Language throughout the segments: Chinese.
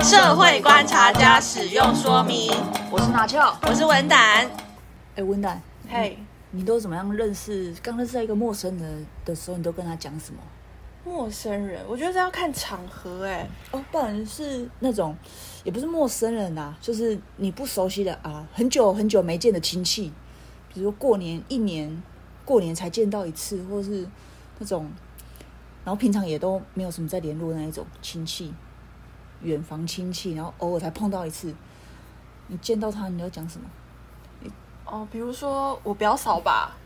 社会观察家使用说明。我是拿翘。我是文胆，哎，文丹，嘿、你都怎么样认识？刚认识到一个陌生人的时候，你都跟他讲什么？陌生人，我觉得这要看场合哎、哦，不然是那种，也不是陌生人啊，就是你不熟悉的啊，很久很久没见的亲戚，比如说过年一年，过年才见到一次，或是那种，然后平常也都没有什么在联络的那一种亲戚，远房亲戚，然后偶尔才碰到一次，你见到他，你要讲什么？哦，比如说我表嫂吧，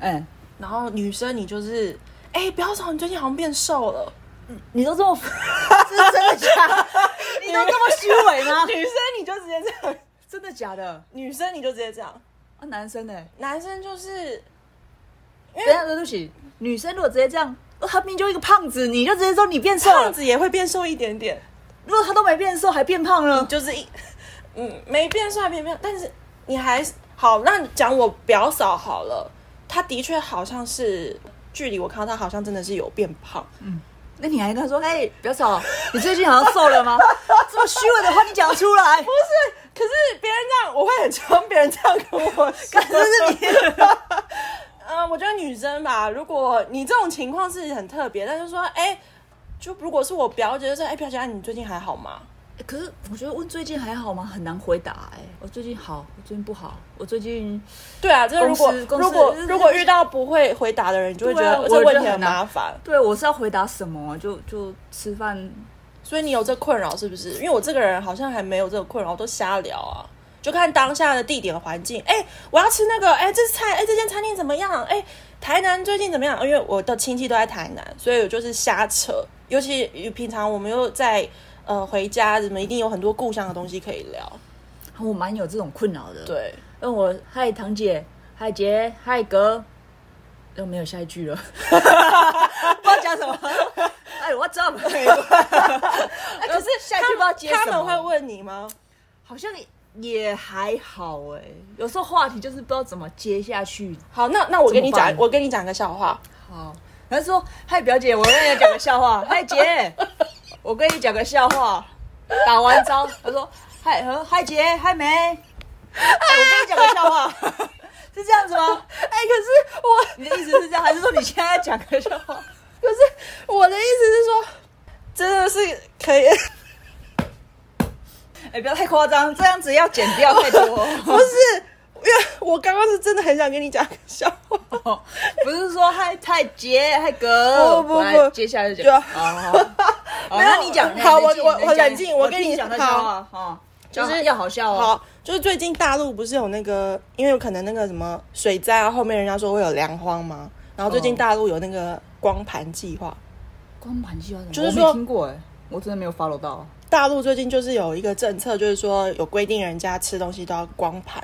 哎，然后女生你就是，哎、表嫂你最近好像变瘦了，你都这么， 这是真的假的？你都这么虚伪吗？女生你就直接这样， 真的假的？女生你就直接这样，啊，男生呢、男生就是等一下，对不起，女生如果直接这样，呃她明明就一个胖子，你就直接说你变瘦胖 了。子也会变瘦一点点，如果她都没变瘦，还变胖了，就是一，嗯，没变帅没变，但是你还是好。那讲我表嫂好了，她的确好像是距离我看到她好像真的是有变胖，那你还跟她说，嘿，表嫂，你最近好像瘦了 吗？这么虚伪的话你讲得出来？不是，可是别人这样，我会很喜欢别人这样跟我说。这是你。 嗯，我觉得女生吧，如果你这种情况是很特别，但是说，哎、就如果是我表姐，就是哎、表姐，啊你最近还好吗？可是我觉得问最近还好吗？很难回答哎、我最近好，我最近不好，我最近对啊，这个如果公司公司如果就是如果遇到不会回答的人，你就会觉对啊得我这觉得问题很很难麻烦。对我是要回答什么？就就吃饭所以你有这困扰是不是？因为我这个人好像还没有这个困扰，我都瞎聊啊，就看当下的地点环境。哎、我要吃那个，哎、这菜，哎、这间餐厅怎么样？哎、台南最近怎么样？因为我的亲戚都在台南，所以我就是瞎扯。尤其平常我们又在呃回家，怎么一定有很多故乡的东西可以聊。我蛮有这种困扰的。，对，那我嗨堂姐，嗨杰，嗨哥，又没有下一句 了，不知道讲什么。哎，What's up？哎可是下一句不知道接他什们会么，问你吗？好像也还好哎、有时候话题就是不知道怎么接下去。好，那那我跟你怎么讲办，我跟你讲个笑话。好，他说嗨表姐，我跟你讲个笑 话。嗨姐，我跟你讲个笑话。打完招，他说嗨和嗨姐嗨梅，哎 我跟你讲个笑 话。是这样子吗？哎、可是我你的意思是这样，还是说你现在要讲个笑话？可是我的意思是说，真的是可以。哎、不要太夸张，这样子要剪掉 太多。 不是，因为我刚刚是真的很想跟你讲个笑话。哦不是说害太杰害格，哦不不不我来接下来就对讲。啊好 好好，好没有哦那你讲。好那你我我你我讲冷静我跟听你讲的好笑话哈，就是要好笑哦。好，就是最近大陆不是有那个，因为有可能那个什么水灾啊，后面人家说会有粮荒嘛，然后最近哦大陆有那个光盘计划，光盘计划怎么就是我没说听过哎，我真的没有 follow 到。大陆最近就是有一个政策，就是说有规定人家吃东西都要光盘，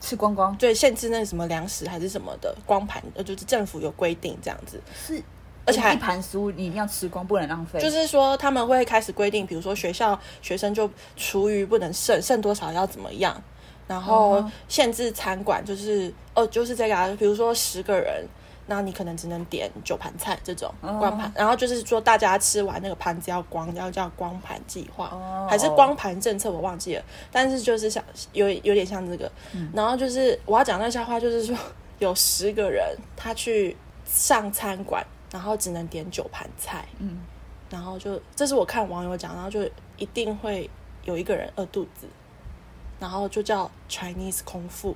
吃光光对，限制那个什么粮食还是什么的光盘，呃，就是政府有规定这样子，是，而且还一盘食物你一定要吃光，不能浪费。就是说他们会开始规定，比如说学校学生就厨余不能剩，剩多少要怎么样，然后嗯哼限制餐馆就是哦，就是这个、啊，比如说十个人。那你可能只能点九盘菜这种嗯光盘，然后就是说大家吃完那个盘子要光，要叫光盘计划，哦还是光盘政策我忘记了，但是就是像有有点像这个，嗯然后就是我要讲那笑话，就是说有十个人他去上餐馆，然后只能点九盘菜，嗯，然后就这是我看网友讲，然后就一定会有一个人饿肚子，然后就叫 Chinese 空腹，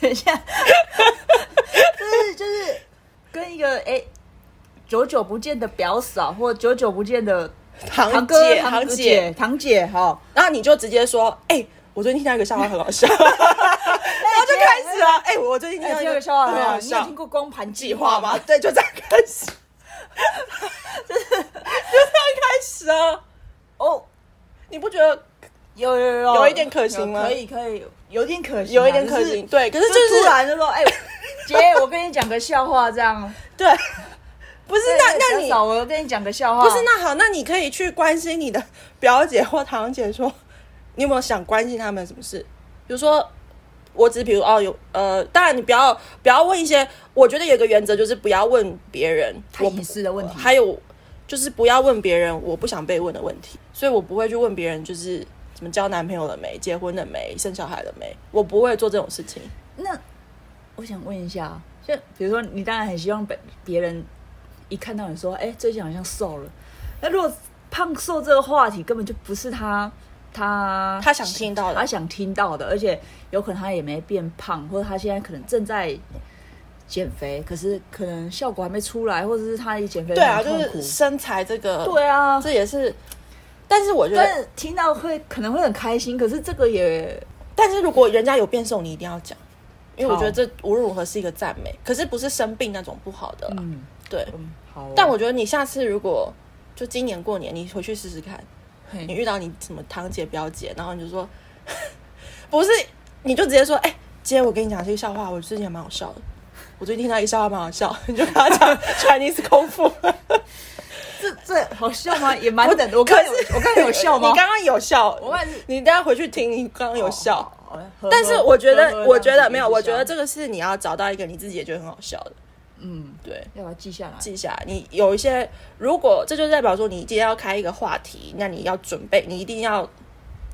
等一 下，就是就是跟一个哎、久久不见的表嫂或久久不见的堂哥、姐堂堂哥姐，堂姐哈，然后你就直接说，哎、我最近听到一个笑话 很好笑，然后就开始了，哎、我最近听哎到一听个个笑话很很好好笑。你有笑听，过光盘计计划划吗吗？？ 对，就这样开 始，就是就这样开始啊！哦，你不觉得有有有，有一点可行吗有可以可以，有点可行啊，有一点可行？就是，对，可是就就是突然就说，哎、姐，我跟你讲个笑话，这样。对，不是那哎那表你嫂，我跟你讲个笑话，不是，那好，那你可以去关心你的表姐或堂姐说，你有没有想关心他们什么事？比如说，我只比如哦有呃，当然你不要不要问一些，我觉得有个原则就是不要问别人太我隐私的问题还有就是不要问别人我不想被问的问题，所以我不会去问别人就是什么交男朋友了没、结婚了没、生小孩了没，我不会做这种事情。那我想问一下，就比如说，你当然很希望被别人一看到你说，哎、最近好像瘦了。那如果胖瘦这个话题根本就不是他他他想听到啊他的，想听到的，而且有可能他也没变胖，或者他现在可能正在减肥，可是可能效果还没出来，或者是他一减肥对啊，很就痛苦是身材这个，对啊。这也是。但是我觉得，但是听到会可能会很开心，可是这个也但是如果人家有变瘦，你一定要讲，因为我好觉得这无论如何是一个赞美，可是不是生病那种不好的啦。啊嗯对，嗯好哦、但我觉得你下次如果就今年过年，你回去试试看，嘿你遇到你什么堂姐表姐，然后你就说， 不是，你就直接说，哎、姐，我跟你讲这个笑话，我最近还蛮好笑的。我最近听到一个笑话蛮好笑， 你就跟他讲 Chinese 功夫。这这好笑吗？也蛮等的。我可刚是有我刚 有笑吗 你？刚刚有笑，我刚才是你等一下回去听，你刚刚有笑。哦，哦呵呵但是我觉呵得，呵我觉这样得子没有，一直我觉得笑这个是你要找到一个你自己也觉得很好笑的，嗯，对，要把它记下来。记下来。你有一些，如果这就代表说你今天要开一个话题，那你要准备，你一定要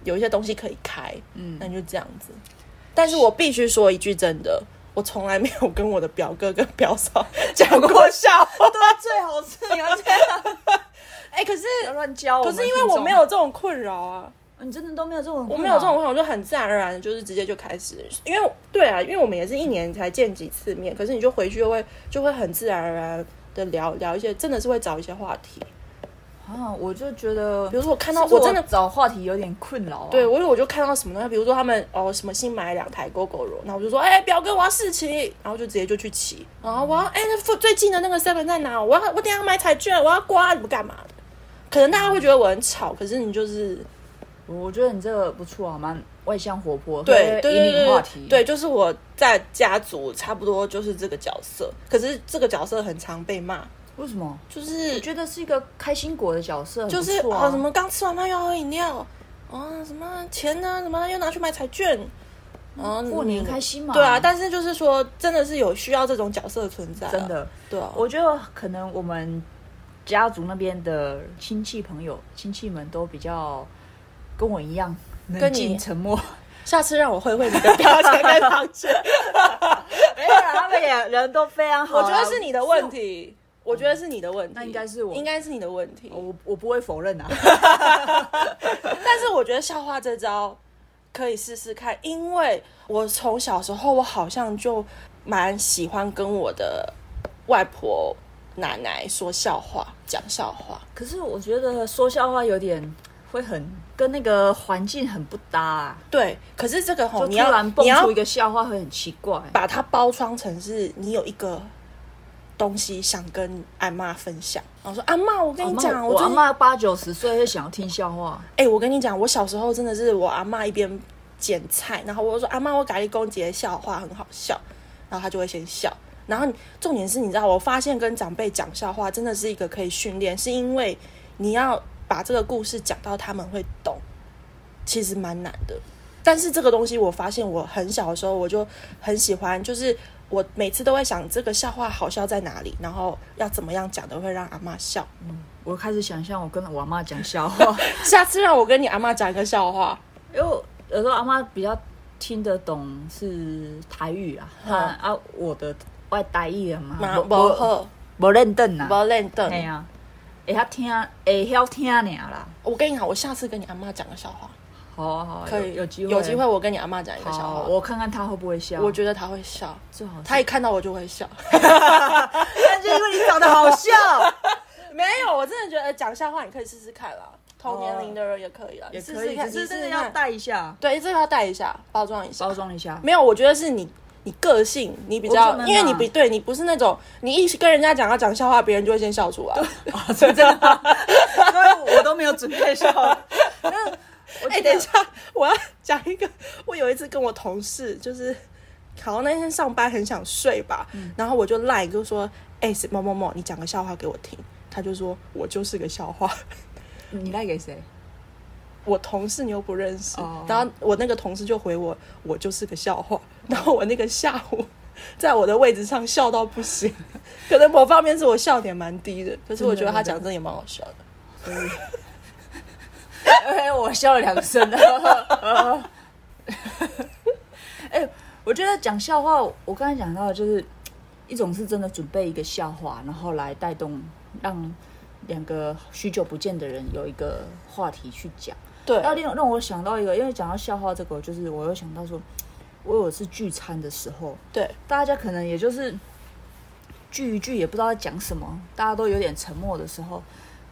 有一些东西可以开，嗯那你就这样子。但是我必须说一句真的，我从来没有跟我的表哥跟表嫂讲过笑话。对啊，最好是你要这样，哎、可是不要乱教我 可们听是因众。为我没有这种困扰啊。你真的都没有这种，我没有这种，我就很自然而然，就是直接就开始，因为对啊，因为我们也是一年才见几次面，可是你就回去就会就会很自然而然的聊聊一些，真的是会找一些话题，啊，我就觉得，比如说我看到是不是我真的找话题有点困扰、啊。对我有我就看到什么东西，比如说他们哦什么新买两台 GoGo 罗，然后我就说哎、表哥我要试骑，然后就直接就去骑，然后我要哎、那附最近的那个 Seven 在哪？我要我等一下买彩券，我要刮，你们干嘛的？可能大家会觉得我很吵，可是你就是我觉得你这个不错啊，蛮外向活泼，对会对引对领话对题，对，就是我在家族差不多就是这个角色，可是这个角色很常被骂，为什么？就是我觉得是一个开心果的角色，就是很不错啊哦什么刚吃完饭又要喝饮料，哦什么钱呢什么又拿去买彩券，哦过年开心嘛？对啊，但是就是说真的是有需要这种角色的存在啊，真的，对啊，我觉得可能我们家族那边的亲戚朋友、亲戚们都比较跟我一样，冷静你沉 默。下次让我会会你的表情在旁边，没有啦，他们也人都非常 好我啦。觉得是你的问题。我觉得是你的问题，那应该是我应该是你的问题。我，我我不会否认啊。但是我觉得笑话这招可以试试看，因为我从小时候我好像就蛮喜欢跟我的外婆、奶奶说笑话、讲笑话。 可是我觉得说笑话有点会很跟那个环境很不搭、啊，对，可是这个就吼，哦你突要然蹦你要出一个笑话会很奇怪。把它包装成是你有一个东西想跟阿妈分享，然后说阿妈，我跟你阿讲，嬷我我最阿近妈八九十岁会想要听笑话，哎、我跟你讲，我小时候真的是我阿嬷一边剪菜，然后我就说阿嬷，我咖喱公姐的笑话很好笑，然后她就会先笑。然后你重点是，你知道，我发现跟长辈讲笑话真的是一个可以训练，是因为你要把这个故事讲到他们会懂，其实蛮难的。但是这个东西，我发现我很小的时候我就很喜欢，就是我每次都会想这个笑话好笑在哪里，然后要怎么样讲的会让阿嬷笑。 我开始想象我跟我阿妈讲笑话， 下次让我跟你阿嬷讲一个笑话，因为我有时候阿妈比较听得懂是台语啊，嗯啊啊，我的外台语啊嘛，妈，不不好。不认得呐，不认得哎。呀，会晓听会晓听尔啦，我跟你讲，我下次跟你阿妈讲个笑话，好啊好啊，可以有有机会有机会啊我跟你阿妈讲一个笑好，啊话，我看看他会不会笑，我觉得她会笑，最好 她一看到我就会笑。但就因为你长得好笑， 没有，我真的觉得呃讲笑话你可以试试看啦，同年龄的人哦也可以啦，也你可试试以，看只你试是试看真的要带一下，对，这个要带一下，包装一下包。装一下。没有，我觉得是你。你个性，你比我较觉，得因为你嘛比对你不是那种，你一跟人家讲要讲笑话，别人就会先笑出来。啊，真的 吗，因为我都没有准备笑。那我哎、记得等一下，我要讲一个。我有一次跟我同事，就是好像那天上班很想睡吧，然后我就赖就说：“哎、谁某某某，你讲个笑话给我听。”他就说：“我就是个笑话。 哎你赖给谁？”我同事你又不认识哦 然后我那个同事就回我：“我就是个笑话。”然后我那个下午，在我的位置上笑到不行。 可能某方面是我笑点蛮低的，可是我觉得他讲真的也蛮好笑的。哎，我笑了两声。呃 哎、我觉得讲笑话，我刚才讲到的就是一种是真的准备一个笑话，然后来带动让两个许久不见的人有一个话题去讲。对，要令让我想到一个，因为讲到笑话这个，就是我又想到说，我有一次聚餐的时候，对，大家可能也就是聚一聚，也不知道在讲什么，大家都有点沉默的时候，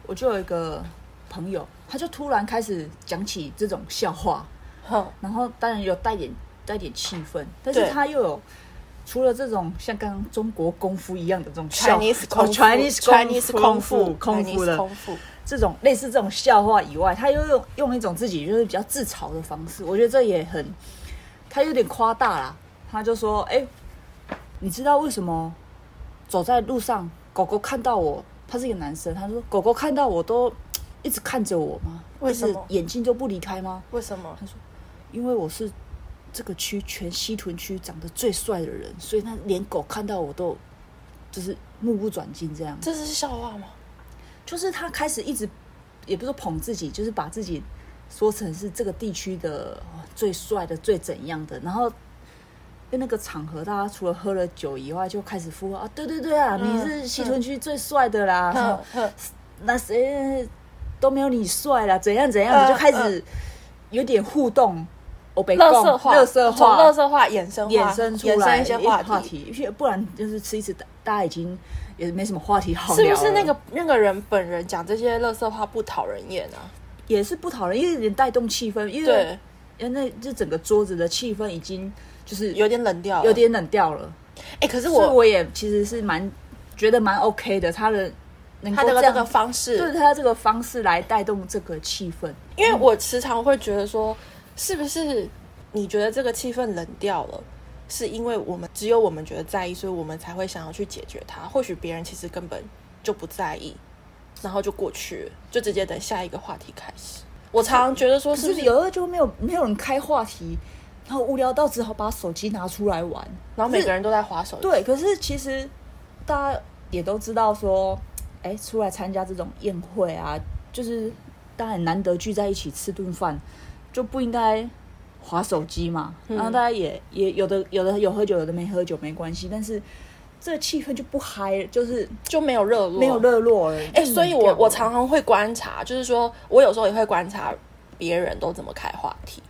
我就有一个朋友，他就突然开始讲起这种笑话，哼，然后当然有带点带点气氛，但是对他又有。除了这种像刚刚中国功夫一样的这种笑 Chinese 哦空腹 Chinese 功 Chinese 夫空腹空腹 Chinese 的空腹，这种类似这种笑话以外，他又用用一种自己就是比较自嘲的方式，我觉得这也很，他有点夸大啦。他就说：“哎、你知道为什么走在路上，狗狗看到我，他是一个男生，他说狗狗看到我都嘖一直看着我吗？为什么一直眼睛就不离开吗？为什么？因为我是这个区全西屯区长得最帅的人，所以他连狗看到我都就是目不转睛这样。”这是笑话吗？就是他开始一直，也不是说捧自己，就是把自己说成是这个地区的哦最帅的、最怎样的。然后因为那个场合，大家除了喝了酒以外，就开始附和啊，对对对啊，嗯你是西屯区最帅的啦，什么哼哼，那谁都没有你帅啦，怎样怎样嗯的，就开始有点互动。我被乐色话，乐色从化，乐色化衍生化衍生出来衍生一些话题。题，因为不然就是吃一次，大大家已经也没什么话题好是聊不了。是那个那个人本人讲这些乐色话不讨人厌啊？也是不讨人，因为有点带动气氛，因为对，因为那就整个桌子的气氛已经就是有点冷掉了，有点冷掉了。哎、可是所以我我也其实是蛮觉得蛮 OK 的，他的能他够的这这样，个方式，对他这个方式来带动这个气氛，因为我时常会觉得说，是不是你觉得这个气氛冷掉了，是因为我们只有我们觉得在意，所以我们才会想要去解决它。或许别人其实根本就不在意，然后就过去了，就直接等下一个话题开始。我常常觉得说，可是不是是有的就没有没有人开话题，然后无聊到只好把手机拿出来玩。然后每个人都在划手机，对，可是其实大家也都知道说，哎，出来参加这种宴会啊，就是大家很难得聚在一起吃顿饭，就不应该划手机嘛。嗯然后大家也也有的有的有喝酒，有的没喝酒没关系，但是这气氛就不嗨，就是就没有热络，没有热络了。哎、就冷所以掉我了我常常会观察，就是说我有时候也会观察别人都怎么开话题。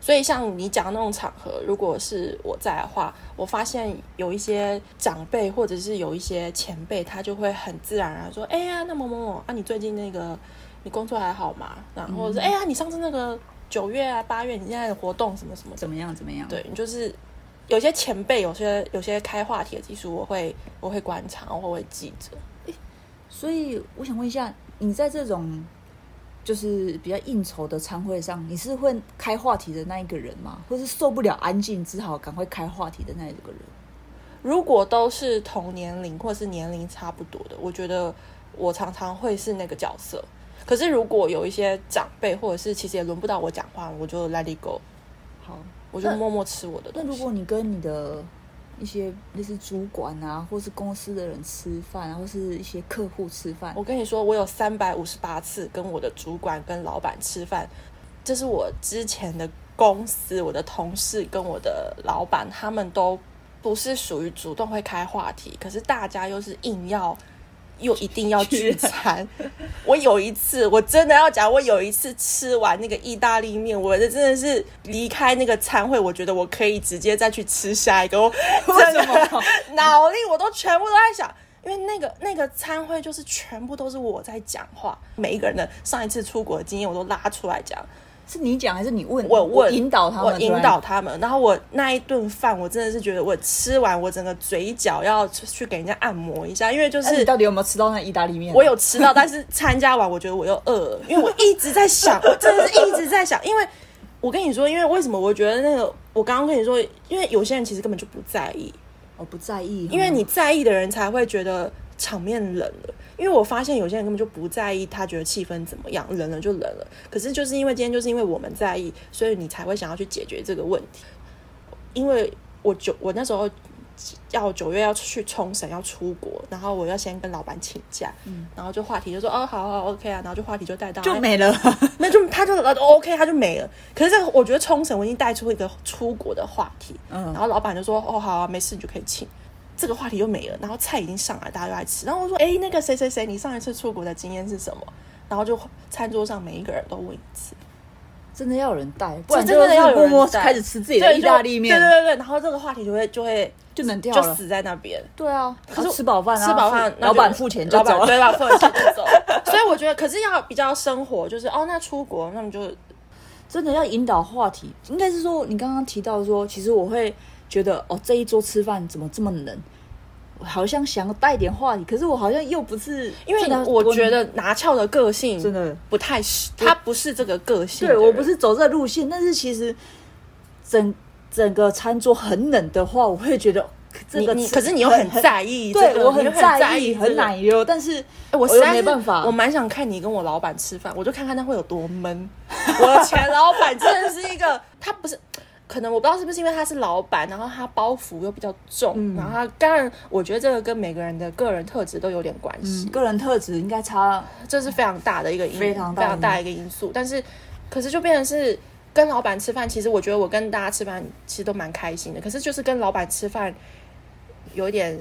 所以像你讲的那种场合，如果是我在的话，我发现有一些长辈或者是有一些前辈，他就会很自然而然说：“哎呀，那某某某啊，你最近那个你工作还好吗？”然后说：“哎呀，你上次那个九月啊八月，你现在的活动什么什么的。怎么样怎么样？对，你就是有些前辈，有些有些开话题的技术，我会我会观察，我会记着。所以我想问一下，你在这种就是比较应酬的餐会上，你是会开话题的那一个人吗？或是受不了安静，只好赶快开话题的那一个人？如果都是同年龄或是年龄差不多的，我觉得我常常会是那个角色。可是如果有一些长辈，或者是其实也轮不到我讲话，我就 let it go，好，我就默默吃我的东那西。如果你跟你的一些类似主管啊，或是公司的人吃饭啊，或是一些客户吃饭，我跟你说，我有三百五十八次跟我的主管跟老板吃饭，这是我之前的公司、我的同事跟我的老板，他们都不是属于主动会开话题，可是大家又是硬要。又一定要 聚餐。我有一次，我真的要讲，我有一次吃完那个意大利面，我这真的是离开那个餐会，我觉得我可以直接再去吃下 一个。我真的为什么 脑力我都全部都在想，因为那个那个餐会就是全部都是我在讲话，每一个人的上一次出国的经验我都拉出来讲。是你讲还是你问？我问引导他们，我引导。他们。然后我那一顿饭，我真的是觉得我吃完，我整个嘴角要去去给人家按摩一下，因为就那是哎你到底有没有吃到那意大利面？啊我有吃到，但是参加完我觉得我又饿了，因为我一直在想，我真的是一直在想，因为我跟你说，因为为什么我觉得那个，我刚刚跟你说，因为有些人其实根本就不在意，我不在意，因为你在意的人才会觉得场面冷了。因为我发现有些人根本就不在意，他觉得气氛怎么样，冷了就冷了。可是就是因为今天就是因为我们在意，所以你才会想要去解决这个问题。因为我九我那时候要九月要去冲绳要出国，然后我要先跟老板请假，然后就话题就说哦好好 OK 啊，然后就话题就带到嗯就哎没了。 那就他就呃 OK，他就没了。可是这个我觉得冲绳我已经带出一个出国的话题，嗯然后老板就说哦好啊，没事你就可以请。这个话题又没了，然后菜已经上来，大家又爱吃。然后我说哎，那个谁谁谁，你上一次出国的经验是什么？然后就餐桌上每一个人都问一次，真的要有人带，不然真的就是要有默人默带开始吃自己的就意大利面，对对对，然后这个话题就会就会就冷掉就了。死在那边。对啊，可然是后吃饱饭啊，吃饱饭付，那老板就付钱老就板走了。对，啊老板付钱就走。所以我觉得，可是要比较生活，就是哦，那出国，那么就真的要引导话题，应该是说你刚刚提到说，其实我会觉得哦，这一桌吃饭怎么这么冷？我好像想要带点话题，可是我好像又不是，因为真的嗯我觉得拿翘的个性真的不太是，他不是这个个性的对人。我不是走这路线，但是其实整整个餐桌很冷的话，我会觉得这你个你，吃可是你又很在意这个，对我你又在在意，意，很奶。油，但是哎，我我实又在没是办法，我蛮想看你跟我老板吃饭，我就看看他会有多闷。我的前老板真的是一个，他不是。可能我不知道是不是因为他是老板，然后他包袱又比较重，嗯然后他当然，我觉得这个跟每个人的个人特质都有点关系。嗯个人特质应该差这是非常大的一个因非常大的非常大的一个因素。但是，可是就变成是跟老板吃饭，其实我觉得我跟大家吃饭其实都蛮开心的。可是就是跟老板吃饭有一点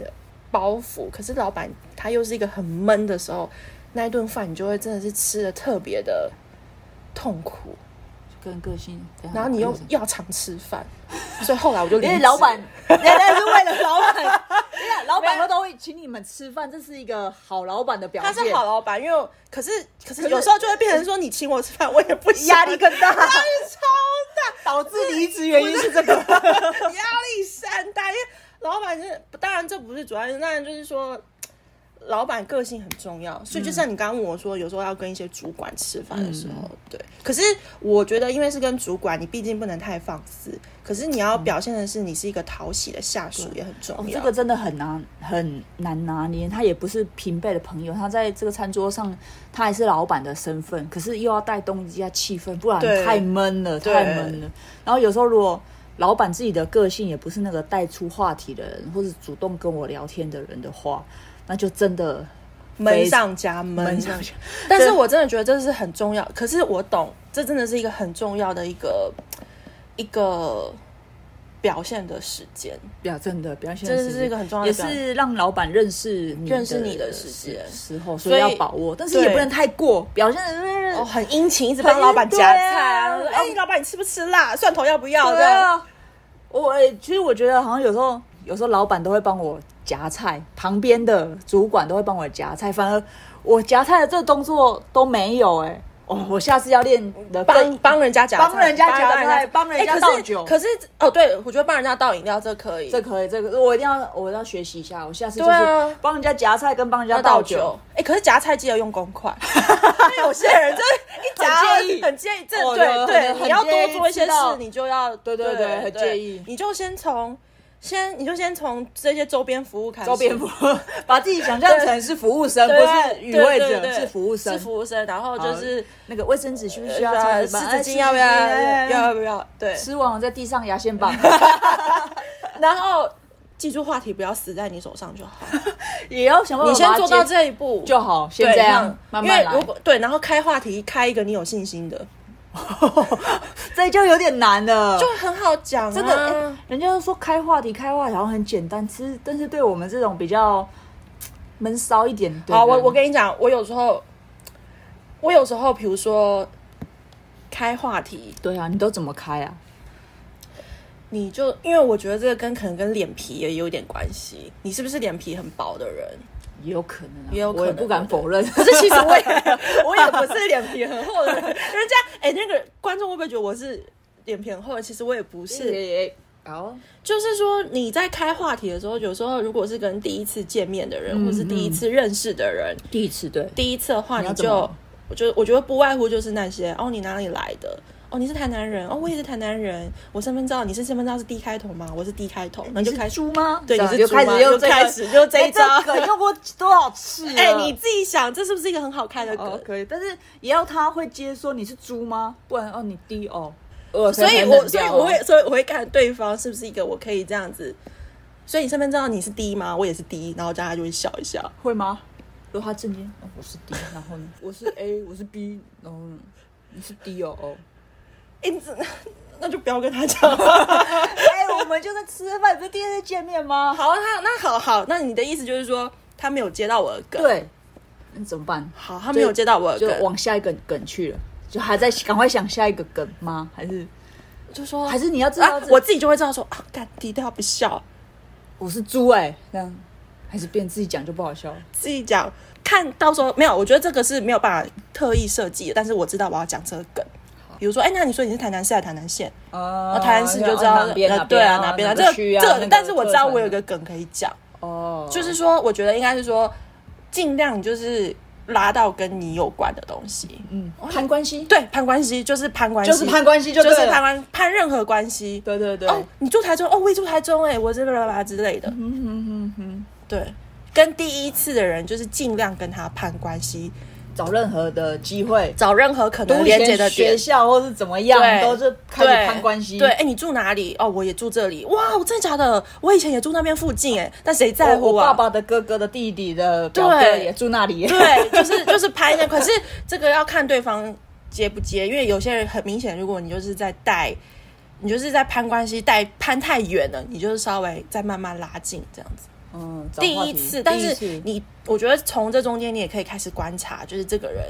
包袱，可是老板他又是一个很闷的时候，那一顿饭你就会真的是吃的特别的痛苦，跟个性，然后你又要常吃饭，所以后来我 就离啊因为职老板，人家是为了老 板，因为老板他都会请你们吃饭，这是一个好老板的表他现。是好老板，因为我可是可是可是有时候就会变成说你请我吃饭，我也不想压力更 大，超大，导致离职原因 是这个。压力山大，因为老板是当然这不是主要，当然就是说，老板个性很重要，所以就像你刚刚问我说，有时候要跟一些主管吃饭的时候，嗯对。可是我觉得，因为是跟主管，你毕竟不能太放肆，可是你要表现的是你是一个讨喜的下属也很重哦，要。这个真的很难很难拿捏。他也不是平辈的朋友，他在这个餐桌上，他还是老板的身份，可是又要带动一下气氛，不然对太闷了，对太闷了。然后有时候如果老板自己的个性也不是那个带出话题的人，或是主动跟我聊天的人的话，那就真的闷上加闷，闷上加 但是我真的觉得这是很重要。可是我懂，这真的是一个很重要的一个一个表现的时间。表真的表现这的时是间一个很重要的也表是让老板认识你认识你的时时间时候，所所以以要把握，但是也对不能太过表现的哦，很殷勤，一直帮老板夹菜啊。对啊然后说哎，老板你吃不吃辣？蒜头要不要？对这样啊，我也其实我觉得好像有时候有时候老板都会帮我夹菜，旁边的主管都会帮我夹菜，反而我夹菜的这个动作都没有哎、哦，我下次要练的帮帮人家夹菜，帮人家夹菜帮人家哎可是倒酒可是哦，对，我觉得帮人家倒饮料这可以，这可以，这个我一定要我一定要学习一下，我下次就对啊是帮人家夹菜跟帮人家要倒倒酒酒。。哎，可是夹菜记得用公 筷，因为有些人真的一夹很介意很介意。这哦有对很对，很你要介多意做一些知事道，你就要对对对很介意你就先从先你就先从这些周边服务开始，周边服务，把自己想象成是服务生，不对对是与会对者，对是服务生是。服务生，然后好就是那个卫生纸需不需要擦呃，纸湿板？纸巾要不要？哎要不要？对，吃完我在地上牙线 棒，然后记住话题不要死在你手上就好。也要想办法你先把它做到接这一步就好，先对这让样慢慢因为如来，果对，然后开话题开一个你有信心的，这就有点难了。就很好讲、啊。真的，哎人家都说开话题，开话题好像很简单，其实但是对我们这种比较闷骚一点的人，好，我我跟你讲，我有时候，我有时候，比如说开话题，对啊，你都怎么开啊？你就因为我觉得这个跟可能跟脸皮也有点关系。你是不是脸皮很薄的人？也有可能啊，也有可能我也不敢否认。 可是 其实我也 我也不是脸皮很厚的人，人家 哎、那个观众会不会觉得我是脸皮很厚的？其实我也不是，是，好，就是说你在开话题的时候，有时候如果是跟第一次见面的人，嗯或是第一次认识的人，第一次对，第一次的话你要你怎就么，我就我觉得不外乎就是那些哦，你哪里来的？哦，你是台南人哦，我也是台南人。我身份证，你是身份证是 D 开头吗？我是 D 开头，那你就是开始猪吗？对，这你样是就猪开吗始又就这个开始就这哎一招。个用过多少次了？哎、你自己想，这是不是一个很好看的梗？哦可以，但是也要他会接说你是猪吗？不然哦你低哦，所哦哦所以我所以我会所以我会看对方是不是一个我可以这样子所以你身份证号你是 D 吗？我也是 D，然后大家就会笑一下。会吗？如果他正经，哦我是 D，然后呢？我是 A，我是 B，然后呢你是 D 哦哦。哎、你这那就不要跟他讲了。哎、我们就在吃饭，不是第二次见面吗？ 好，啊那那好好，那你的意思就是说他没有接到我的梗？，对，那怎么办？好，他没有接到我的就梗，往下一个梗去了，就还在赶快想下一个梗吗？还是就说还是你要知道啊这、，我自己就会知道说啊，干 D 他不笑，我是猪哎、这样还是变自己讲就不好笑了。自己讲，看到时候没有，我觉得这个是没有办法特意设计的，但是我知道我要讲这个梗。比如说，哎、那你说你是台南市还是台南县？啊那、台南市就知道哪边呃对啊，哪边啊？这个区啊？这那个个，但是我知道我有一特个梗可以讲，产哦，就是说，我觉得应该是说，尽量就是拉到跟你有关的东西。嗯，攀关系，对，攀关系就是攀关系，就是攀关系就就对了是攀关攀任何关系。对对对，哦，你住台中哦，我也住台中哎、我这个啦啦之类的。嗯嗯嗯嗯，对，跟第一次的人就是尽量跟他攀关系，找任何的机会，找任何可能读连以接的前学点。校或是怎么样，对，都是开对始攀关系。对，哎、你住哪里？哦，我也住这里。哇，我真的假的？我以前也住那边附近哎、但谁在我乎我啊？爸爸的哥哥的弟弟的表哥对也住那里，对，就是 就是拍那，可是这个要看对方接不接，因为有些人很明显，如果你就是在带，你就是在攀关系，带攀太远了，你就是稍微再慢慢拉近这样子。嗯，找第话一题次，但第一是次你，我觉得从这中间你也可以开始观察，就是这个人，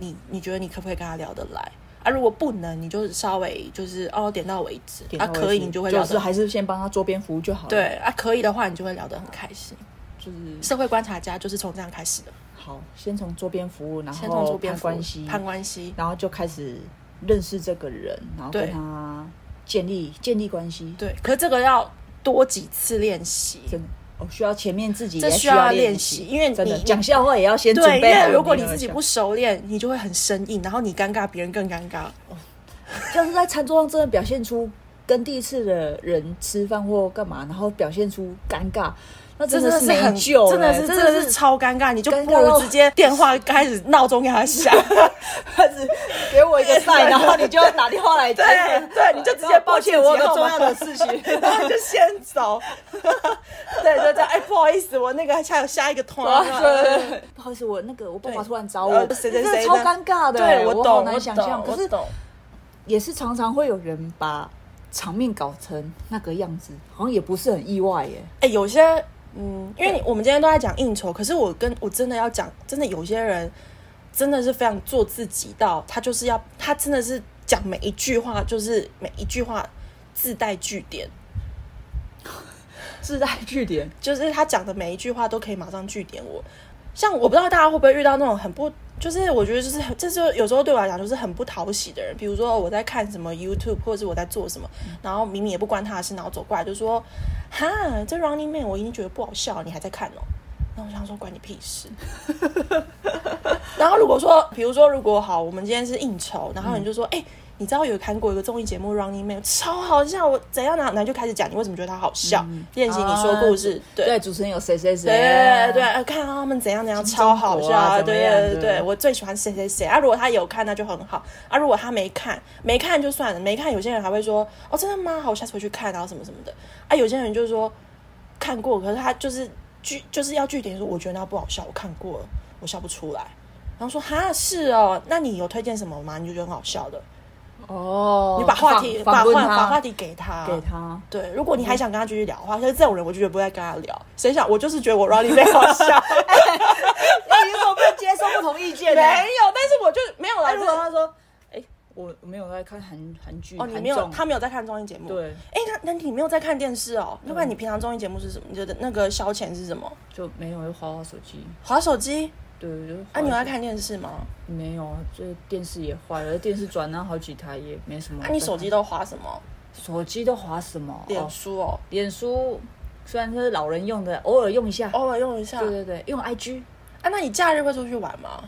你你觉得你可不可以跟他聊得来？啊，如果不能，你就稍微就是哦点到为止，点啊到为可以止你就会聊就得，是还是先帮他桌边服务就好了。对，啊可以的话你就会聊得很开心。就是社会观察家就是从这样开始的，好，先从桌边服务，然先从后周边攀关系，攀关系，然后就开始认识这个人，然后对跟他建立建立关系。对，可是这个要多几次练习。真的，哦，需要前面自己这也需要练练习因为真的你讲笑话也要先准对，因备好。为如果你有没有自己笑不熟练，你就会很生硬，然后你尴尬，别人更尴尬。就是在餐桌上真的表现出跟第一次的人吃饭或干嘛，然后表现出尴尬，那真的的是是很没救了，欸真的是真欸真的是的是超尴尬，你就尴不尬如到直接电 话开始闹钟给他响，只给我一个 赛，然后你就打电话来接， 对对，你就直接抱歉，我有个重要的事， 事 情。然后你就先走。对对对，哎，不好意思，我那个还有下一个通啊话。对，不好意思，我那个我爸爸突然找我，呃谁谁真的谁超的尴尬的，对，我我好懂，难我想象。懂，可我是懂。也是常常会有人把场面搞成那个样子，好像也不是很意外耶。哎、有些嗯，因为你我们今天都在讲应酬，可是我跟我真的要讲，真的有些人真的是非常做自己到，他就是要他真的是讲每一句话，就是每一句话自带句点，自带据点，就是他讲的每一句话都可以马上据点我。像我不知道大家会不会遇到那种很不，就是我觉得就是很这就有时候对我来讲就是很不讨喜的人。比如说我在看什么 YouTube 或者是我在做什么，然后明明也不关他的事，然后走过来就说：“哈，这 Running Man 我已经觉得不好笑，你还在看哦。”然后我想说关你屁事。然后如果说，比如说如果好，我们今天是应酬，然后你就说：“哎、你知道有韩国有个综艺节目《Running Man》超好笑，我怎样呢？”然后就开始讲你为什么觉得它好笑，练习你说故事，对，主持人有谁谁谁，对对，呃看他们怎样怎样，超好笑啊！怎么对样对对对对，我最喜欢谁谁谁啊！如果他有看，那就很好啊；如果他没看，没看就算了，没看有些人还会说哦，真的吗？好，我下次回去看，然后什么什么的啊。有些人就说看过，可是他就是据就是要据点说，我觉得那不好笑，我看过了，我笑不出来。然后说哈是哦，那你有推荐什么吗？你就觉得很好笑的，哦，你把话题访把访话问把话他，题给他给 他。对，如果你还想跟他继续聊的话，像这种人，我就觉得不再跟他聊。谁想，我就是觉得我 Ronnie 被好 笑，哎那你为什么不能接受不同意见没呢？有，但是我就没有那来。如果他说，哎，我没有在看韩韩剧，哦，你韩没有，综他没有在看综艺节目。，对哎，那那你没有在看电视哦？要不然你平常综艺节目是什么？你觉得那个消遣是什么？就没有就划划手机，划手机？对，就是啊，划你有在手机看电视吗？没有，啊这电视也坏了，电视转啊了好几台也没什么。啊，你手机都划什么？手机都划什么？脸哦，书哦，脸书虽然是老人用的，偶尔用一下。偶尔用一下。对对对，用 IG，啊，那你假日会出去玩吗？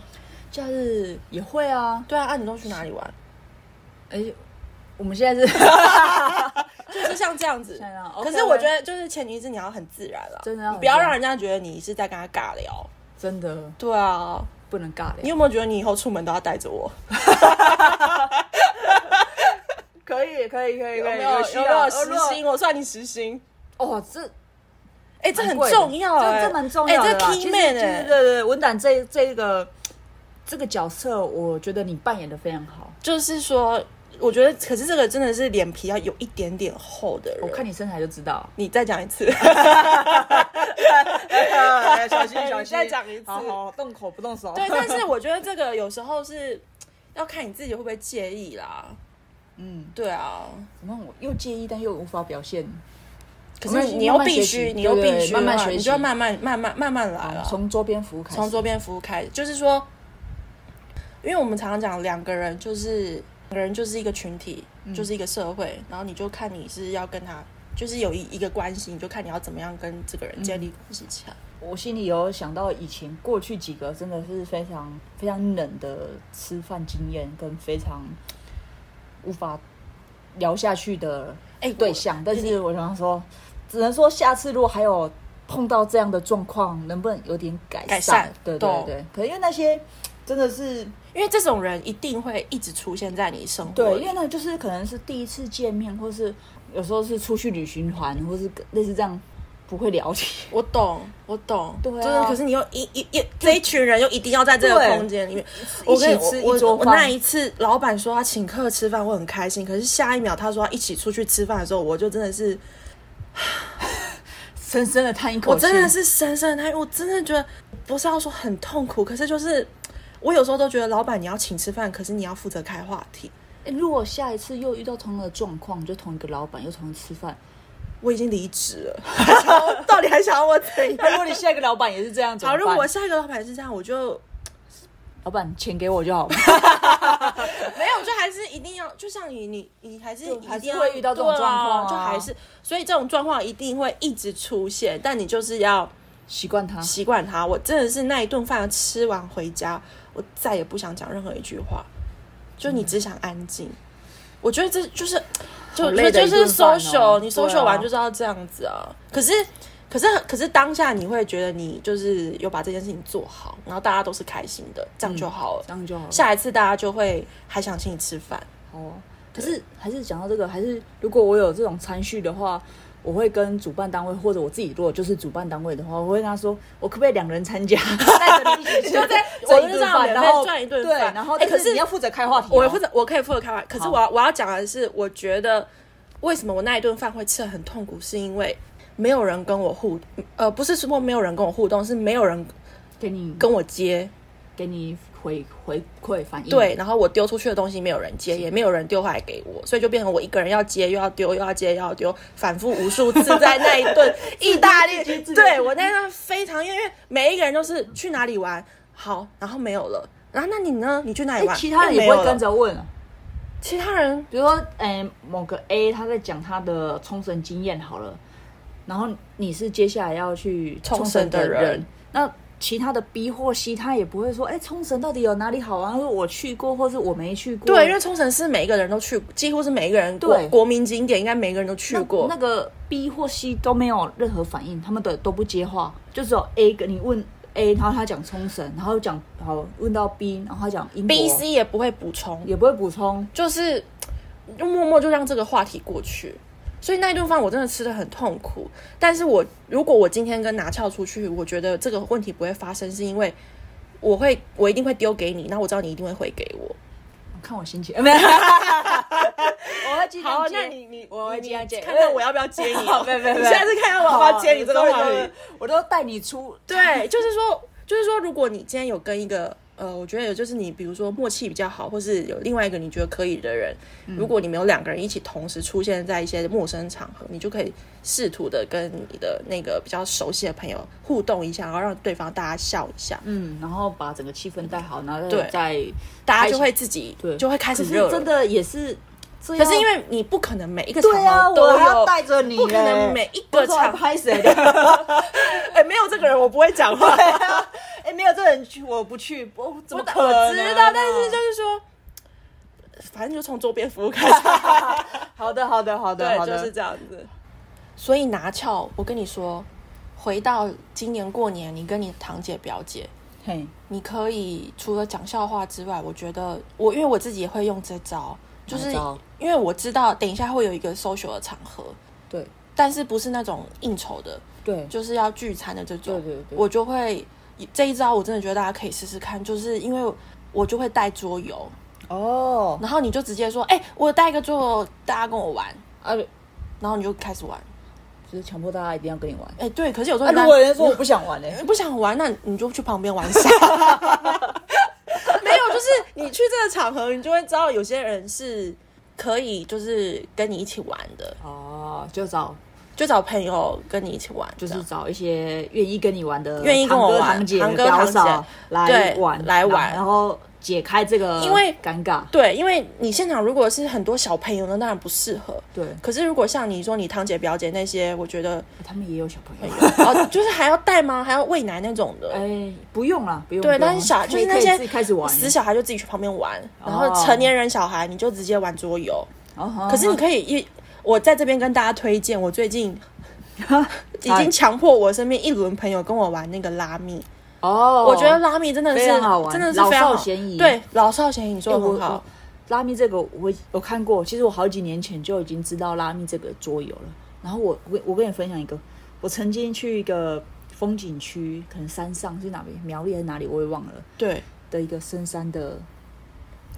假日也会啊。对啊，啊，你都去哪里玩？哎，我们现在是 就是像这样子现在啊。可是 OK，我 OK 觉得，就是前提是你要很自然啦，真的要你很不要自然让人家觉得你是在跟他尬聊。真的对啊，不能尬你聊。有没有觉得你以后出门都要带着我？可以可以可以有没有有没有实心？我算你实心。哦，这哎，这很蛮贵的重要哎，这这蛮重要哎，的这啦。 key man 其实对哎，对对，文胆这这个这个角色，我觉得你扮演的非常好。就是说，我觉得，可是这个真的是脸皮要有一点点厚的人。我看你身材就知道。你再讲一次，小心小心再讲一次，好好动口不动手。对，但是我觉得这个有时候是要看你自己会不会介意啦。嗯，对啊，怎么我又介意，但又无法表现？可我是们你又慢慢必学须，习你又对对必须慢慢啦学习你就要慢慢慢慢慢慢来了。从桌边服务开始。从桌边服务开始，就是说，因为我们常常讲两个人就是两个人就是一个群体，嗯就是一个社会，然后你就看你是要跟他就是有一一个关系，你就看你要怎么样跟这个嗯人建立关系起来。我心里有想到以前过去几个真的是非常非常冷的吃饭经验，跟非常无法聊下去的哎、我对象。但是我想说，只能说下次如果还有碰到这样的状况，能不能有点改善？改善对对懂对。可因为那些真的是因为这种人一定会一直出现在你生活对，里因为那就是可能是第一次见面，或是有时候是出去旅行团，或是类似这样不会聊天。 我懂，我懂，对啊就是可是你又一一一这一群人又一定要在这个对空间里面，一我起跟吃我一桌我我饭那一次老板说他请客吃饭，我很开心，可是下一秒他说他一起出去吃饭的时候，我就真的是，深深的叹一口气，我真的是深深的，我真的觉得不是要说很痛苦，可是就是我有时候都觉得老板你要请吃饭，可是你要负责开话题，欸如果下一次又遇到同样的状况，就同一个老板又同人吃饭，我已经离职了， 还想要到底还想要我怎哎那如样？果你下一个老板也是这样，怎么 好，如果我办下一个老板是这样，我就老板钱给我就 好了，没有，就还是一定要，就像你你你还是就一还是定要会遇到这种对状况啊就还是所以这种状况一定会一直出现，但你就是要习惯他。习惯它。我真的是那一顿饭吃完回家，我再也不想讲任何一句话，就你只想安静。我觉得这就是就好累的就一是顿饭哦 social，你对啊 social 完就是要这样子啊。可是可是可是当下你会觉得你就是有把这件事情做好，然后大家都是开心的，这样就好嗯了。这样就好了。下一次大家就会还想请你吃饭。好哦，可是还是讲到这个，还是如果我有这种参序的话，我会跟主办单位或者我自己，如果就是主办单位的话，我会跟他说，我可不可以两人参 加，带着你一起去就在这我一就顿这样饭，免然费后赚一顿对，饭然后欸但可是你要负责开话题哦，我负责，我可以负责开完。可是好我要我要讲的是，我觉得为什么我那一顿饭会吃的很痛苦，是因为没有人跟我互，呃，不是说没有人跟我互动，是没有人给你跟我接。给你回回馈反应，对，，然后我丢出去的东西没有人接，也没有人丢回来给我，所以就变成我一个人要接，又要丢，又要接，又要丢，反复无数次在那一顿意大利 自己自己对我那顿非常，因为因为每一个人都是去哪里玩好，然后没有了。然后那你呢？你去哪哎里，玩？其他人又也不没有会跟了。着问啊。其他人比如说，诶、某个 A 他在讲他的冲绳经验好了，然后你是接下来要去冲绳绳的人，人那其他的 B 或 C 他也不会说，哎、冲绳到底有哪里好啊玩？或者我去过，或是我没去过。对，因为冲绳是每一个人都去，几乎是每一个人国对国民景点，应该每个人都去那过。那个 B 或 C 都没有任何反应，他们的都不接话，就只有 A 跟你问 A，然后他讲冲绳，然后讲好问到 B，然后他讲英国 B、C 也不会补充，也不会补充，就是就默默就让这个话题过去。所以那一顿饭我真的吃的很痛苦，但是我如果我今天跟拿翘出去，我觉得这个问题不会发生，是因为我会我一定会丢给你，那我知道你一定会回给我。看我 心情， 没有，我会尽量接啊你我会接接，看看我要不要接你哦没有没有没有你现在是看看我要不要接你这个话题。，我都带你出。对，就是说，就是说，如果你今天有跟一个呃，我觉得有就是你，比如说默契比较好，或是有另外一个你觉得可以的人，嗯如果你们有两个人一起同时出现在一些陌生场合，你就可以试图的跟你的那个比较熟悉的朋友互动一下，然后让对方大家笑一下，嗯，然后把整个气氛带好，然后对再开大家始就会自己对，就会开始可是热了。真的也是这可样，是因为你不可能每一个场对啊，合都我还要有，带着你嘞，不可能每一个不是我还 场合，拍谁的？哎，没有这个人我不会讲话。哎，没有这人去，我不去，我怎么可能啊？我知道，但是就是说，反正就从周边服务开始。啊 好的，好的，好的，好对，的，就是这样子。所以拿翘，我跟你说，回到今年过年，你跟你堂姐表姐，嘿，你可以除了讲笑话之外，我觉得我因为我自己也会用这招，就是哪招因为我知道等一下会有一个 social 的场合，对，但是不是那种应酬的，对，就是要聚餐的这种，对对对我就会这一招，我真的觉得大家可以试试看，就是因为我就会带桌游，哦，然后你就直接说，哎、我带一个桌游，大家跟我玩，啊，然后你就开始玩，就是强迫大家一定要跟你玩。哎、 对，可是有时候啊，你如大果有人说我不想玩呢、 你不想玩，那你就去旁边玩一下。 没有，就是你去这个场合，你就会知道有些人是可以就是跟你一起玩的，哦，就找就找朋友跟你一起玩，就这是样找一些愿意跟你玩的，愿意跟我玩堂哥堂堂姐、哥表堂姐嫂来对玩来玩然后解开这个因为尴尬，对，因为你现场如果是很多小朋友，那当然不适合。对，可是如果像你说你堂姐表姐那些，我觉得他们也有小朋友。哦，就是还要带吗？还要喂奶那种 的。哎，不用了，不用。对，不用但是小就可以是那可以些自己开始玩，死小孩就自己去旁边玩，然后哦成年人小孩你就直接玩桌游。哦可是你可以一，我在这边跟大家推荐，我 最近已哎经强迫我身边一轮朋友跟我玩那个拉密，哦，我觉得拉密真的是非常好玩真的是非常老好少咸宜对，老少咸宜，你哎说的我很好我。拉密这个我我看过，其实我好几年前就已经知道拉密这个桌游了。然后我我我跟你分享一个，我曾经去一个风景区，可能山上是哪边，苗栗还是哪里，我也忘了对的一个深山的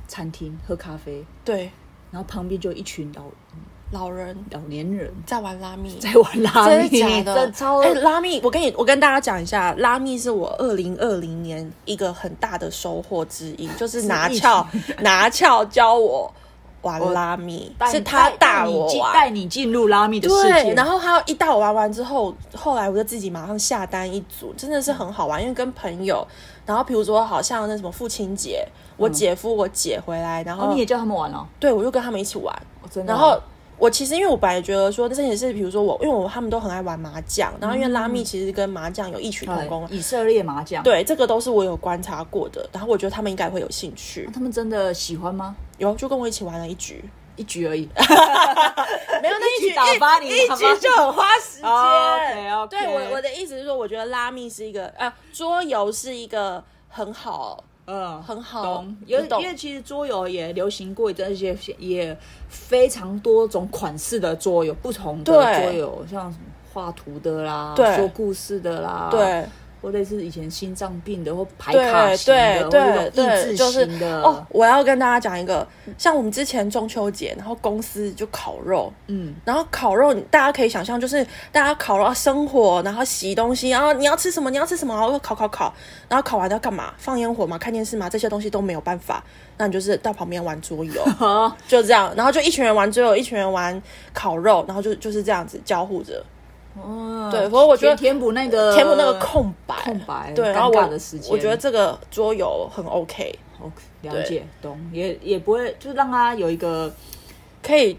餐厅喝咖啡，对，然后旁边就有一群老老人老年人在玩拉密。在玩拉啊真密，的假的？这超、哎拉密，我跟你，我跟大家讲一下，拉密是我二零二零年一个很大的收获之一，就是拿是疫翘 拿翘教我玩拉密，带是他带带带你我进玩，带你进入拉密的世界，对，然后他一带我玩完之后，后来我就自己马上下单一组，真的是很好玩，因为跟朋友。然后比如说，好像那什么父亲节，我姐夫、我姐回来，然然后、后你也叫他们玩哦，对我就跟他们一起玩。哦真的哦、然后我其实因为我本来觉得说这件事，比如说我，因为我他们都很爱玩麻将，然后因为拉密其实跟麻将有异曲同工对，以色列麻将，对，这个都是我有观察过的。然后我觉得他们应该会有兴趣那，他们真的喜欢吗？有就跟我一起玩了一局，一局而已， 没有那一一局局 打发你一一好吗局就很花时间。哦，OK，OK 对我我的意思是说，我觉得拉密是一个呃，桌游是一个很好嗯，很好懂。你因为懂因为其实桌游也流行过一阵，而且也非常多种款式的桌游，不同的对桌游，像什么画图的啦，对说故事的啦，，对或类似以前心脏病的或牌卡对型的，对对或者对，益智就是型的，哦，我要跟大家讲一个，像我们之前中秋节，然后公司就烤肉，嗯，然后烤肉，大家可以想象，就是大家烤肉生火，然后洗东西，然后你要吃什么，你要吃什么，然后烤烤烤，然后烤完要干嘛？放烟火嘛，看电视嘛，这些东西都没有办法。那你就是到旁边玩桌 游，好，就这样，然后就一群人玩桌游，一群人玩烤肉，然后就就是这样子交互着，嗯，对不过我觉得填填补那个填补那个呃空白，空白对，尴然后尬我的时间我觉得这个桌游很 OK， ，OK，了解，懂，也也不会，就是让他有一个可以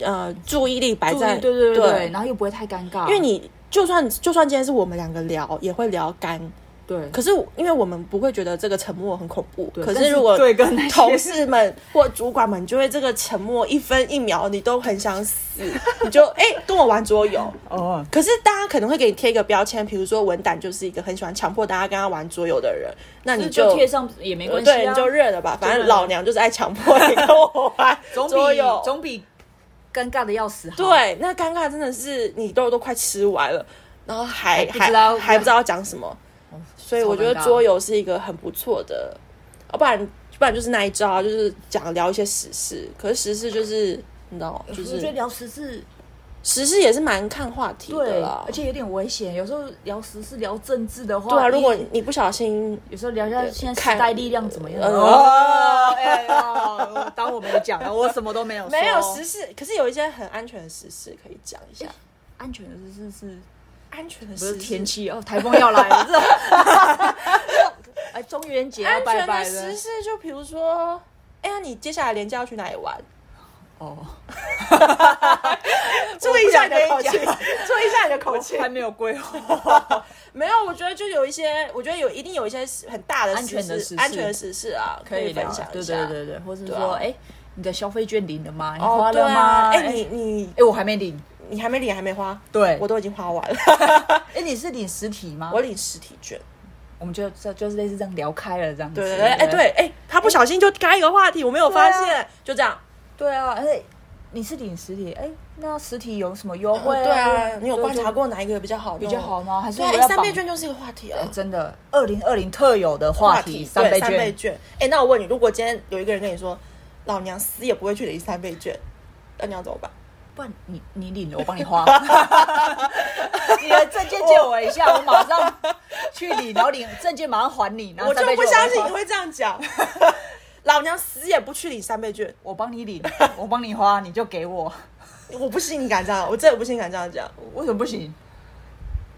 呃注意力摆注意，在对对对对，然后又不会太尴尬，因为你就算就算今天是我们两个聊，也会聊干。对。可是因为我们不会觉得这个沉默很恐怖，对可但是如果对跟那些同事 们或主管们，就会这个沉默一分一秒你都很想 死，你就哎、跟我玩桌游。哦，可是大家可能会给你贴一个标签，比如说文胆就是一个很喜欢强迫大家跟他玩桌游的人，那你呃就就贴上也没关系、啊，对你就认了吧，反就认正了老娘就是爱强迫 你跟我玩总比 桌游，总比尴尬的要死好。，对，那尴尬真的是你肉都快吃完了，然后还还不知道还还不知道讲什么，所以我觉得桌游是一个很不错的，哦要不然不然就是那一招啊，就是讲聊一些时事，可是时事就是你知道，就我觉得是聊时事时事也是蛮看话题的对，啦而。且有点危险。有时候聊时事、聊政治的话，对啊，如果你你不小心，有时候聊一下现在看时代力量怎么样，呃哦，哎呀，当我没有 讲，啊我什么都没有说，没有时事，可是有一些很安全的时事可以讲一下。安全的事是安全的不时是事，天气哦，台风要来 了，这 哎，中元节要安拜全拜的了时，事就比如说，哎呀，你接下来连假要去哪里玩？ 哦，注意一下你的我口不气，想注再讲意一下你的口气。还没有规划，没有，我觉得就有一些，我觉得有一定有一些很大的安全的时时事安全的时事啊，可以分聊享一对下。对对对，或是对啊说，哎，你的消费券领了吗？你哦花，对了啊，吗？哎，你你哎，我还没领。你还没领，还没花，对我都已经花完了， 啊哎，你是领实体吗？我领实体券。我们就这就是类似这样聊开了这样子。对对对，哎不对，哎，他不小心就开一个话题，我没有发啊对现，就这样。对啊，而且你是领实体，哎，那实体有什么优惠、呃对啊，你有观察对就过哪一个比较好比用较好？吗？还是对啊，我哎要三绑倍券就是一个话题啊哎。真的二零二零特有的话题对三倍三倍券，券。哎、那我问你，如果今天有一个人跟你说，老娘死也不会去领三倍券，那你要怎么办？不然你你领了我帮你花， 你的证件借我一下，我马上去领，然后领证件马上还你，然后我三就倍不券相帮信花你会这样讲。 老娘死也不去领三倍券，我帮你领， 我帮你花，你就给我，我不信你敢这样，我真的不信你敢这样讲。为什么不行？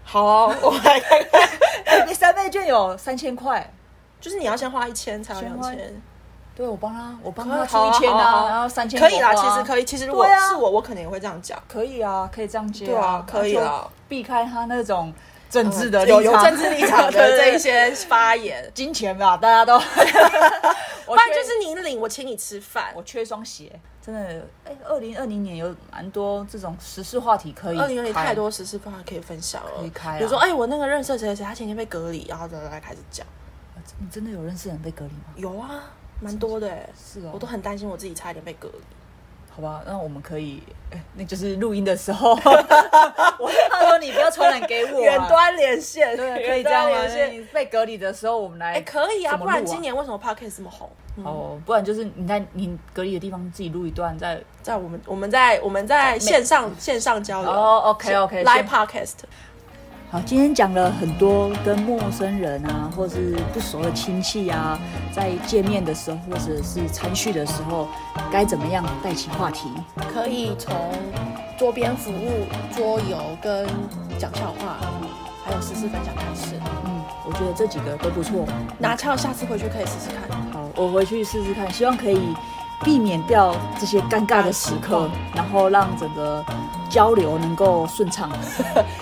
好、啊我们来看看， 哎你三倍券有三千块，就是你要先花一千，才有两先花千，对我帮他，我帮可他以出一千好啊好啊好啊，啊然后三千可以啦，其实以。可以。其实如果对啊是我，我可能也会这样讲。可以啊，可以这样接、对啊可以啊，就避开他那种政治的呃立场、有有政治立场的 对对对这一些发言，金钱吧，大 家都，不我然缺就是你领，我请你吃饭。我缺一双鞋，真的，哎、2二零二零年有蛮多这种时事话题可以，二零二零太，多实事方案可以分享了，可以开啊比如说，哎，我那个认识的谁谁谁，他前天被隔离，然后来来开始讲，你真的有认识人被隔离吗？有啊，蛮多的哎、是哦我都很担心我自己差一点被隔离。好吧，那我们可以，哎那就是录音的时候， 我他说你不要传染给我、啊，远端连线，对，啊可以远这样端吗？连线。你被隔离的时候，我们来、哎，可以啊，怎么不录然今年为什么 Podcast 这么红？哦，不然就是你在你隔离的地方自己录一段，再在我们我们在我们在线上线上交流哦，OK，OK， live 先 podcast 好，今天讲了很多跟陌生人啊，或是不熟的亲戚啊，在见面的时候，或者是餐叙的时候，该怎么样带起话题？可以从桌边服务、桌游跟讲笑话，还有实事分享开始。嗯，我觉得这几个都不错。拿翘，下次回去可以试试看。好，我回去试试看，希望可以避免掉这些尴尬的时刻，然后让整个交流能够顺畅。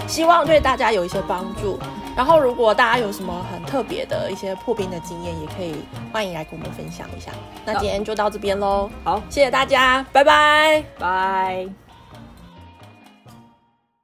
希望对大家有一些帮助。然后，如果大家有什么很特别的一些破冰的经验，也可以欢迎来跟我们分享一下。那今天就到这边喽，好，谢谢大家，拜拜。拜。